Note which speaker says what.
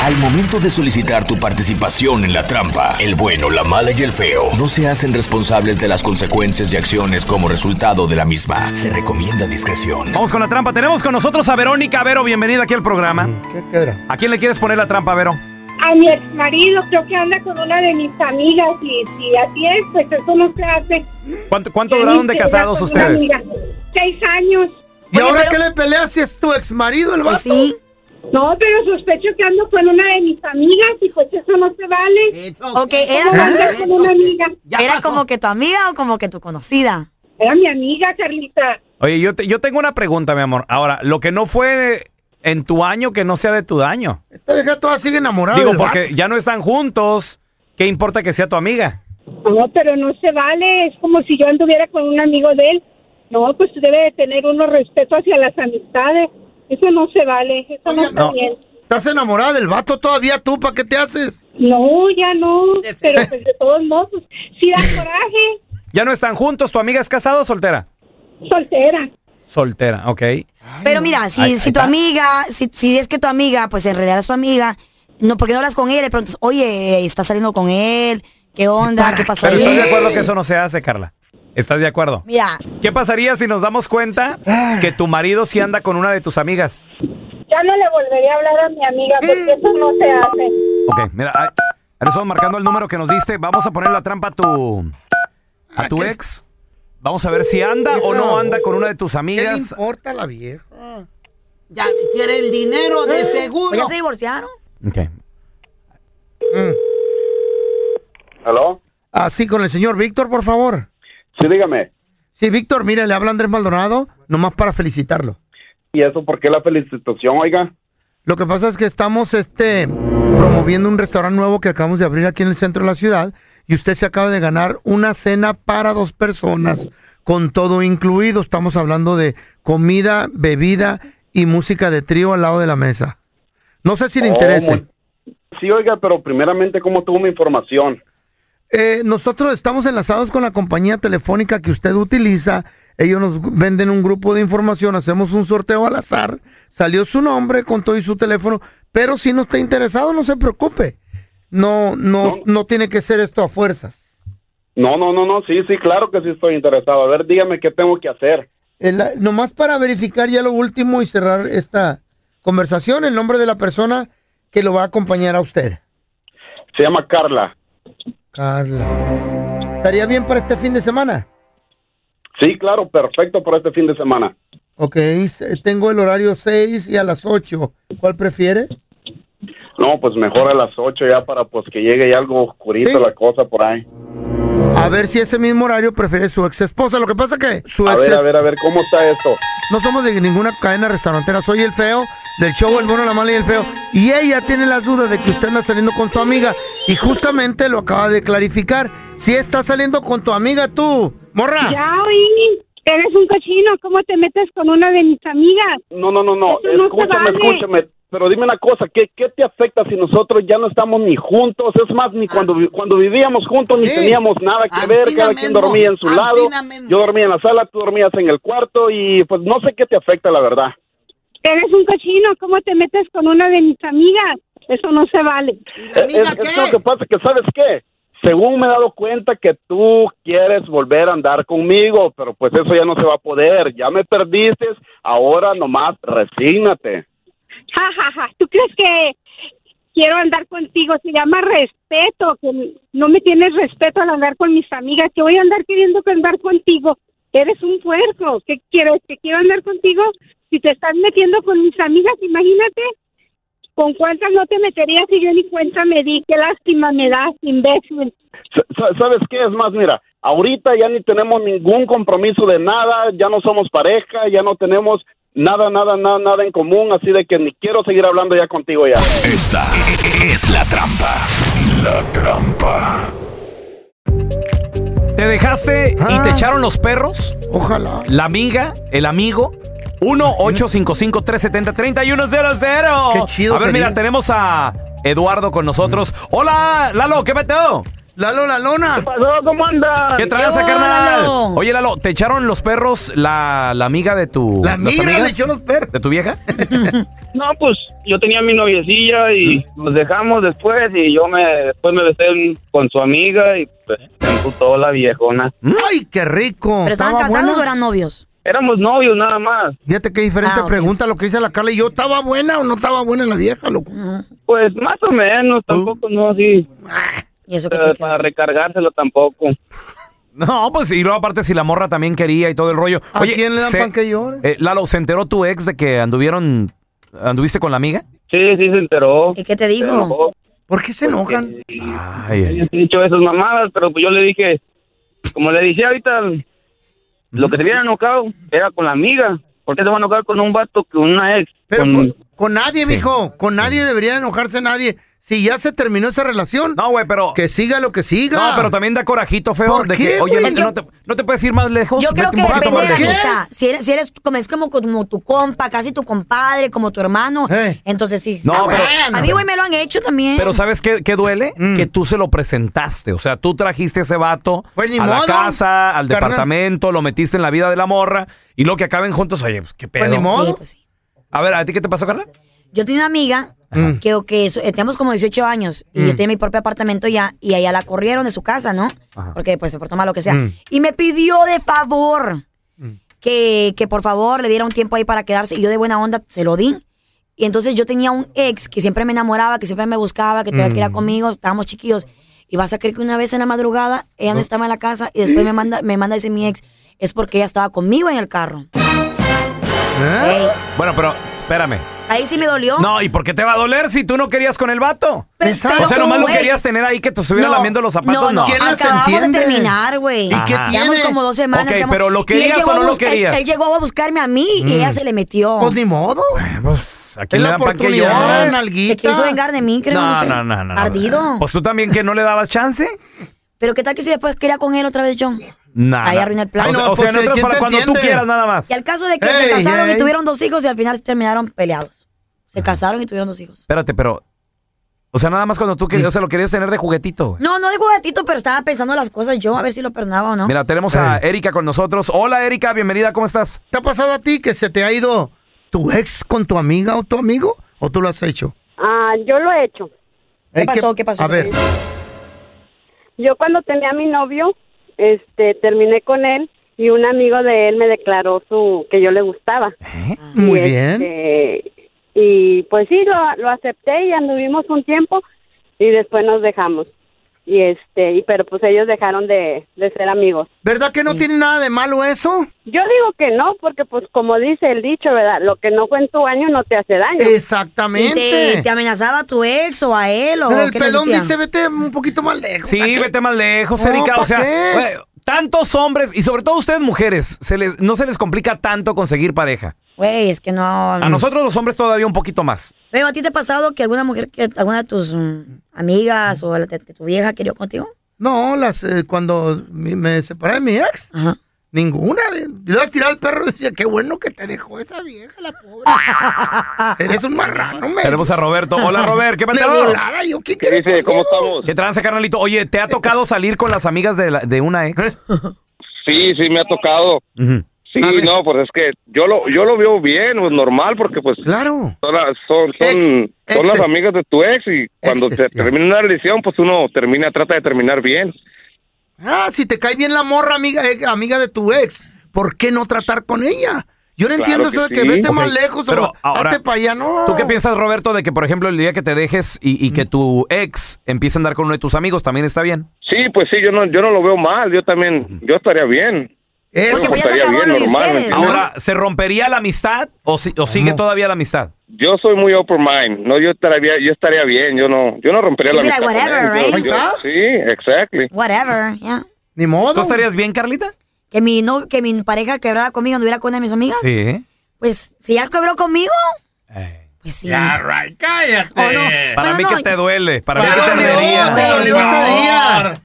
Speaker 1: Al momento de solicitar tu participación en la trampa, el bueno, la mala y el feo no se hacen responsables de las consecuencias y acciones como resultado de la misma. Se recomienda discreción.
Speaker 2: Vamos con la trampa. Tenemos con nosotros a Verónica. Vero, bienvenida aquí al programa.
Speaker 3: Mm, ¿Qué queda?
Speaker 2: ¿A quién le quieres poner la trampa, Vero?
Speaker 4: A mi ex marido creo que anda con una de mis amigas y si así es, pues eso no se hace.
Speaker 2: ¿Cuánto, cuánto duraron de
Speaker 4: Ella
Speaker 2: casados
Speaker 4: con una
Speaker 2: ustedes?
Speaker 4: amiga. Seis años.
Speaker 3: ¿Y ahora qué le peleas si es tu ex marido el vato?
Speaker 5: Pues Sí,
Speaker 4: No, pero sospecho que ando con una de mis amigas y pues eso no se vale. ¿Cómo
Speaker 5: ok, era,
Speaker 4: andas con una amiga?
Speaker 5: era como que tu amiga o como que tu conocida.
Speaker 4: Era mi amiga, Carlita.
Speaker 2: Oye, yo, te- yo tengo una pregunta, mi amor. Ahora, lo que no fue en tu año, que no sea de tu daño.
Speaker 3: Esta vieja toda sigue enamorada
Speaker 2: Digo,
Speaker 3: del vato.
Speaker 2: porque ya no están juntos. ¿Qué importa que sea tu amiga?
Speaker 4: No, pero no se vale. Es como si yo anduviera con un amigo de él. No, pues debe de tener uno respeto hacia las amistades. Eso no se vale. Eso no
Speaker 3: Oye,
Speaker 4: está
Speaker 2: no.
Speaker 4: bien.
Speaker 3: ¿Estás enamorada del vato todavía tú? ¿Para qué te haces?
Speaker 4: No, ya no. Pero pues de todos modos, pues, sí da coraje.
Speaker 2: Ya no están juntos. ¿Tu amiga es casada o soltera?
Speaker 4: Soltera.
Speaker 2: Soltera, ok.
Speaker 5: Pero mira, si,
Speaker 2: Ahí- ahí
Speaker 5: si tu
Speaker 2: está.
Speaker 5: amiga, si, si es que tu amiga, pues en realidad es tu amiga, no, porque no hablas con él? De pronto, oye, estás saliendo con él, ¿qué onda? ¿Qué pasó
Speaker 2: Pero estás de
Speaker 5: ahí?
Speaker 2: acuerdo que eso no se hace, Carla. ¿Estás de acuerdo?
Speaker 5: Mira,
Speaker 2: ¿Qué pasaría si nos damos cuenta que tu marido sí anda con una de tus amigas?
Speaker 4: Ya no le volveré a hablar a mi amiga porque eso no se hace.
Speaker 2: Ok, mira, ahí- ahora estamos marcando el número que nos diste. Vamos a poner la trampa a tu, a tu
Speaker 3: Ah, ¿qué-
Speaker 2: ex. Vamos a ver si anda o no anda con una de tus
Speaker 3: ¿Qué le
Speaker 2: amigas.
Speaker 3: importa a la vieja?
Speaker 6: Ya quiere el dinero
Speaker 7: Eh,
Speaker 6: de
Speaker 5: pues ya
Speaker 6: seguro.
Speaker 5: se divorciaron.
Speaker 2: Ok.
Speaker 7: ¿Aló?
Speaker 3: Así con el señor Víctor, por favor.
Speaker 7: Sí, dígame.
Speaker 3: Sí, Víctor, mire, le habla Andrés Maldonado, nomás para felicitarlo.
Speaker 7: ¿Y eso por qué la felicitación, oiga?
Speaker 3: Lo que pasa es que estamos este promoviendo un restaurante nuevo que acabamos de abrir aquí en el centro de la ciudad y usted se acaba de ganar una cena para dos personas con todo incluido. Estamos hablando de comida, bebida y música de trío al lado de la mesa. No sé si le
Speaker 7: Oh,
Speaker 3: interese.
Speaker 7: muy- Sí, oiga, pero primeramente, ¿cómo tuvo mi información?
Speaker 3: Eh, nosotros estamos enlazados con la compañía telefónica que usted utiliza. Ellos nos gu- venden un grupo de información, hacemos un sorteo al azar. Salió su nombre con todo y su teléfono. Pero si no está interesado, no se preocupe. No, no, no,
Speaker 7: No.
Speaker 3: tiene que ser esto a fuerzas.
Speaker 7: No, no, no, no, sí, sí, claro que sí estoy interesado. A ver, dígame qué tengo que hacer.
Speaker 3: El- la- nomás para verificar ya lo último y cerrar esta conversación, el nombre de la persona que lo va a acompañar a usted.
Speaker 7: Se llama Carla.
Speaker 3: Carla. ¿Estaría bien para este fin de semana?
Speaker 7: Sí, claro, perfecto para este fin de semana.
Speaker 3: Ok, s- tengo el horario 6 y a las 8. ¿Cuál prefiere?
Speaker 7: No, pues mejor a las 8 ya para pues que llegue ya algo oscurito
Speaker 3: Sí.
Speaker 7: la cosa por ahí.
Speaker 3: A ver si ese mismo horario prefiere su ex esposa. Lo que pasa que su
Speaker 7: A
Speaker 3: ex
Speaker 7: ver, a ver, a ver, ¿cómo está esto?
Speaker 3: no somos de ninguna cadena restaurantera. Soy el feo del show El Bueno, la Mala y el Feo. Y ella tiene las dudas de que usted anda saliendo con su amiga. Y justamente lo acaba de clarificar. Si está saliendo con tu amiga tú, morra.
Speaker 4: Ya oí. Eres un cochino. ¿Cómo te metes con una de mis amigas?
Speaker 7: No, no, no, no,
Speaker 4: Eso no se
Speaker 7: escúchame,
Speaker 4: vale.
Speaker 7: escúchame. Pero dime una cosa, ¿qué, ¿qué te afecta si nosotros ya no estamos ni juntos? Es más,
Speaker 4: Ah.
Speaker 7: ni cuando, vi- cuando vivíamos juntos ni
Speaker 3: Sí.
Speaker 7: teníamos nada que
Speaker 6: Antina
Speaker 7: ver, cada quien
Speaker 6: mismo,
Speaker 7: dormía en su
Speaker 6: antina
Speaker 7: lado.
Speaker 6: mismo.
Speaker 7: Yo dormía en la sala, tú dormías en el cuarto y pues no sé qué te afecta, la verdad.
Speaker 4: Eres un cochino. ¿Cómo te metes con una de mis amigas? Eso no se vale.
Speaker 7: Es,
Speaker 6: Amiga,
Speaker 7: es- es
Speaker 6: ¿qué?
Speaker 7: lo que pasa, que sabes qué, según me he dado cuenta que tú quieres volver a andar conmigo, pero pues eso ya no se va a poder, ya me perdiste, ahora nomás resígnate.
Speaker 4: Ja, ja, ja. ¿Tú crees que quiero andar contigo? Se llama respeto. Que no me tienes respeto al andar con mis amigas. Que voy a andar queriendo que andar contigo. Eres un puerco. ¿Qué quieres? ¿Que quiero andar contigo? Si te estás metiendo con mis amigas, imagínate. ¿Con cuántas no te meterías si yo ni cuenta me di? Qué lástima me das, imbécil.
Speaker 7: Sa- sa- ¿Sabes qué? Es más, mira, ahorita ya ni tenemos ningún compromiso de nada, ya no somos pareja, ya no tenemos nada, nada, nada, nada en común, así de que ni quiero seguir hablando ya contigo ya.
Speaker 1: Esta es la trampa. La trampa.
Speaker 2: ¿Te dejaste y te
Speaker 3: Ah.
Speaker 2: echaron los perros?
Speaker 3: Ojalá.
Speaker 2: ¿La amiga? ¿El amigo? 1-855-370-3100.
Speaker 3: Qué chido
Speaker 2: A ver, mira,
Speaker 3: sería.
Speaker 2: tenemos a Eduardo con nosotros. Hola, Lalo, ¿qué meteo?
Speaker 3: Lalo la lona.
Speaker 7: pasó? ¿Cómo anda?
Speaker 2: ¿Qué tranza,
Speaker 5: Hola,
Speaker 2: carnal?
Speaker 5: Lalo.
Speaker 2: Oye, Lalo, ¿te echaron los perros la, la amiga de tu...
Speaker 3: La
Speaker 2: las
Speaker 3: migra le
Speaker 2: amigas
Speaker 3: echó los perros.
Speaker 2: ¿De tu vieja?
Speaker 7: No, pues yo tenía mi noviecilla y nos dejamos después y yo me después me besé con su amiga y pues se emputó la viejona.
Speaker 3: Ay, qué rico.
Speaker 5: ¿Pero estaban
Speaker 3: ¿Estaba
Speaker 5: casados
Speaker 3: buena?
Speaker 5: o eran novios?
Speaker 7: Éramos novios nada más.
Speaker 3: Fíjate qué diferente
Speaker 5: Ah, ok.
Speaker 3: pregunta lo que dice la Carla y yo. ¿Estaba buena o no estaba buena la vieja, loco?
Speaker 7: Pues más o menos, tampoco no así
Speaker 5: ¿Y eso qué
Speaker 7: eh,
Speaker 5: tiene que
Speaker 7: para
Speaker 5: ver?
Speaker 7: recargárselo tampoco.
Speaker 2: No, pues y luego aparte si la morra también quería y todo el rollo.
Speaker 3: ¿A quién le dan pan que llore?
Speaker 2: eh, Lalo, ¿se enteró tu ex de que anduvieron... ¿Anduviste con la amiga?
Speaker 7: Sí, sí se enteró.
Speaker 5: ¿Y qué te
Speaker 7: Se
Speaker 5: dijo?
Speaker 7: enojó.
Speaker 3: ¿Por qué se enojan?
Speaker 2: Ay, ay.
Speaker 7: Ellos han dicho esas mamadas, pero pues yo le dije, como le dije ahorita, lo que se hubiera enojado era con la amiga. ¿Por qué se va a enojar con un vato que una ex?
Speaker 3: Pero pues,
Speaker 7: Con-
Speaker 3: con, con nadie,
Speaker 2: Sí.
Speaker 3: mijo. Con nadie debería enojarse nadie. Si ya se terminó esa relación,
Speaker 2: No, güey, pero...
Speaker 3: que siga lo que siga.
Speaker 2: No, pero también da corajito feo
Speaker 3: ¿Por
Speaker 2: de
Speaker 3: qué,
Speaker 2: que, oye,
Speaker 3: güey?
Speaker 2: no, te, no te puedes ir más lejos.
Speaker 5: Yo creo
Speaker 2: vete
Speaker 5: que
Speaker 2: un poquito
Speaker 5: depende de la
Speaker 2: más lejos.
Speaker 5: amistad. Si eres, si eres como, es como, como tu compa, casi tu compadre, como tu hermano,
Speaker 3: Eh.
Speaker 5: entonces sí.
Speaker 2: No,
Speaker 5: Ah,
Speaker 2: pero-
Speaker 5: bueno. a mí, güey, me lo han hecho también.
Speaker 2: Pero ¿sabes qué, qué duele?
Speaker 3: Mm.
Speaker 2: Que tú se lo presentaste. O sea, tú trajiste ese vato
Speaker 3: Pues ni
Speaker 2: a la
Speaker 3: modo,
Speaker 2: casa, al
Speaker 3: carnal.
Speaker 2: departamento, lo metiste en la vida de la morra y lo que acaben juntos, oye, pues, qué pedo.
Speaker 3: ni modo.
Speaker 5: Sí, pues sí.
Speaker 2: a ver, ¿a ti qué te pasó, carnal?
Speaker 5: Yo tenía una amiga
Speaker 3: Mm.
Speaker 5: que, que so- eh, teníamos como 18 años y yo tenía mi propio apartamento ya y a ella la corrieron de su casa, ¿no? Porque pues se portó mal lo que sea.
Speaker 3: Mm.
Speaker 5: Y me pidió de favor que, que por favor le diera un tiempo ahí para quedarse y yo de buena onda se lo di. Y entonces yo tenía un ex que siempre me enamoraba, que siempre me buscaba, que todavía
Speaker 3: Mm.
Speaker 5: quería conmigo, estábamos chiquillos. Y vas a creer que una vez en la madrugada
Speaker 3: Oh.
Speaker 5: ella no estaba en la casa y después me manda, me manda dice mi ex, es porque ella estaba conmigo en el carro.
Speaker 3: ¿Eh?
Speaker 5: Ey,
Speaker 2: Bueno, pero espérame.
Speaker 5: ahí sí me dolió.
Speaker 2: No, ¿y por qué te va a doler si tú no querías con el vato?
Speaker 5: Pe-
Speaker 3: Exacto.
Speaker 2: o sea, nomás lo
Speaker 5: güey,
Speaker 2: querías tener ahí que te estuvieran lamiendo los zapatos. No,
Speaker 5: No,
Speaker 3: ¿Quién las
Speaker 5: acabamos de
Speaker 3: entiende?
Speaker 5: terminar, güey.
Speaker 3: ¿Y qué
Speaker 2: Ajá.
Speaker 5: Llevamos
Speaker 3: tienes?
Speaker 5: como dos semanas.
Speaker 2: Ok,
Speaker 5: que amamos-
Speaker 2: pero ¿lo
Speaker 5: y él
Speaker 2: querías
Speaker 5: llegó
Speaker 2: o no
Speaker 5: a
Speaker 2: lo
Speaker 5: bus- él-
Speaker 2: querías? Mm.
Speaker 5: Él, llegó a buscarme a mí y ella se le metió.
Speaker 3: Pues ni modo.
Speaker 2: Pues, aquí
Speaker 3: Es
Speaker 2: le
Speaker 3: la
Speaker 2: dan pan que
Speaker 3: oportunidad,
Speaker 2: llore.
Speaker 3: nalguita.
Speaker 5: se quiso vengar de mí, creo.
Speaker 2: No,
Speaker 5: sé.
Speaker 2: no, no, no.
Speaker 5: Ardido.
Speaker 2: Pues tú también que no le dabas chance.
Speaker 5: pero qué tal que si después quería con él otra vez, John.
Speaker 2: Nada.
Speaker 5: Ahí arruina el plan.
Speaker 2: O sea,
Speaker 3: Ay, no,
Speaker 2: o sea, en
Speaker 3: pues,
Speaker 2: otras
Speaker 3: ¿quién
Speaker 2: para
Speaker 3: te
Speaker 2: cuando tú
Speaker 3: entiende?
Speaker 2: quieras, nada más.
Speaker 5: Y al caso de que
Speaker 3: Ey,
Speaker 5: se casaron
Speaker 3: ey.
Speaker 5: y tuvieron dos hijos y al final se terminaron peleados. Se casaron y tuvieron dos hijos.
Speaker 2: Espérate, pero. O sea, nada más cuando tú querías. O sea, lo querías tener de juguetito. güey.
Speaker 5: No, no de juguetito, pero estaba pensando las cosas yo, a ver si lo perdonaba o no.
Speaker 2: Mira, tenemos a Erika con nosotros. Hola, Erika, bienvenida, ¿cómo estás?
Speaker 3: ¿Te ha pasado a ti que se te ha ido tu ex con tu amiga o tu amigo? ¿O tú lo has hecho?
Speaker 4: Ah, yo lo he hecho.
Speaker 5: ¿Qué
Speaker 3: Eh,
Speaker 5: pasó? ¿Qué pasó?
Speaker 3: A ver,
Speaker 4: Yo cuando tenía a mi novio, este, terminé con él y un amigo de él me declaró su que yo le gustaba.
Speaker 3: muy
Speaker 4: Y,
Speaker 3: bien.
Speaker 4: este, y pues sí, lo, lo acepté y anduvimos un tiempo y después nos dejamos. Y este, y pero pues ellos dejaron de, de ser amigos.
Speaker 3: ¿Verdad que no
Speaker 5: Sí.
Speaker 3: tiene nada de malo eso?
Speaker 4: Yo digo que no, porque pues como dice el dicho, ¿verdad? Lo que no fue en tu año no te hace daño.
Speaker 5: ¿Y
Speaker 3: Exactamente.
Speaker 5: te, te amenazaba a tu ex o a él o
Speaker 3: Pero el
Speaker 5: qué les
Speaker 3: pelón
Speaker 5: decía?
Speaker 3: dice, vete un poquito más lejos.
Speaker 2: Sí, vete más lejos,
Speaker 3: No,
Speaker 2: Erika. O
Speaker 3: ¿pa'
Speaker 2: sea,
Speaker 3: qué?
Speaker 2: güey, tantos hombres y sobre todo ustedes mujeres, se les, no se les complica tanto conseguir pareja.
Speaker 5: Güey, es que no.
Speaker 2: A nosotros los hombres todavía un poquito más.
Speaker 5: Pero ¿a ti te ha pasado que alguna mujer, que alguna de tus mm, amigas o la de, de tu vieja querió contigo?
Speaker 3: No, las, eh, cuando mi- me separé de mi ex,
Speaker 5: Ajá.
Speaker 3: ninguna. eh, Le iba a tirar al perro y decía, qué bueno que te dejó esa vieja, la pobre. Eres un marrano, me.
Speaker 2: Tenemos a Roberto. Hola, Robert, ¿qué
Speaker 3: De
Speaker 2: pasó?
Speaker 3: volada, yo, ¿qué
Speaker 7: ¿Qué
Speaker 3: quieres
Speaker 7: dice?
Speaker 3: conmigo?
Speaker 7: ¿Cómo estamos?
Speaker 2: ¿Qué tranza, carnalito? Oye, ¿te ha tocado salir con las amigas de, la- de una ex?
Speaker 7: Sí, sí, me ha tocado.
Speaker 2: Ujú.
Speaker 7: Sí,
Speaker 3: A ver.
Speaker 7: no, pues es que yo lo, yo lo veo bien, pues normal, porque pues
Speaker 3: Claro.
Speaker 7: son, las- son, son,
Speaker 3: Ex-
Speaker 7: son las
Speaker 3: exes.
Speaker 7: amigas de tu ex y cuando
Speaker 3: Exes,
Speaker 7: te
Speaker 3: ya.
Speaker 7: termina una relación, pues uno termina, trata de terminar bien.
Speaker 3: Ah, si te cae bien la morra, amiga, eh, amiga de tu ex, ¿por qué no tratar con ella? Yo no
Speaker 7: Claro
Speaker 3: entiendo eso de
Speaker 7: que
Speaker 3: que
Speaker 7: sí.
Speaker 3: vete
Speaker 2: Ok,
Speaker 3: más lejos
Speaker 2: pero
Speaker 3: o
Speaker 2: ahora,
Speaker 3: date para allá, no.
Speaker 2: ¿Tú qué piensas, Roberto, de que, por ejemplo, el día que te dejes y, y que tu ex empiece a andar con uno de tus amigos, también está bien?
Speaker 7: Sí, pues sí, yo no, yo no lo veo mal, yo también, yo estaría bien.
Speaker 3: Eso.
Speaker 5: Porque pues ya se
Speaker 7: estaría
Speaker 5: acabó
Speaker 7: bien,
Speaker 5: lo de
Speaker 7: normal,
Speaker 5: ustedes.
Speaker 7: ¿me entiendes?
Speaker 2: Ahora, ¿se rompería la amistad o, si- o sigue todavía la amistad?
Speaker 7: Yo soy muy open mind, no, yo estaría, yo estaría bien, yo no, yo no rompería
Speaker 5: You'd
Speaker 7: la
Speaker 5: be like,
Speaker 7: amistad. con
Speaker 5: whatever,
Speaker 7: él, yo-
Speaker 5: right?
Speaker 7: yo-
Speaker 3: Ahí está.
Speaker 7: sí, exactly.
Speaker 5: Whatever, ya.
Speaker 3: Ni modo.
Speaker 2: ¿Tú estarías bien, Carlita?
Speaker 5: Que mi no, que mi pareja quebrara conmigo, anduviera con una de mis amigas.
Speaker 2: Sí.
Speaker 5: Pues, si ya quebró conmigo, pues sí.
Speaker 2: cállate.
Speaker 5: O no.
Speaker 2: Eh. Para
Speaker 5: Bueno,
Speaker 2: mí
Speaker 5: no,
Speaker 2: que te duele, para mí
Speaker 3: Te
Speaker 2: que te
Speaker 3: dolió,
Speaker 2: dolería.
Speaker 3: te dolió ese día.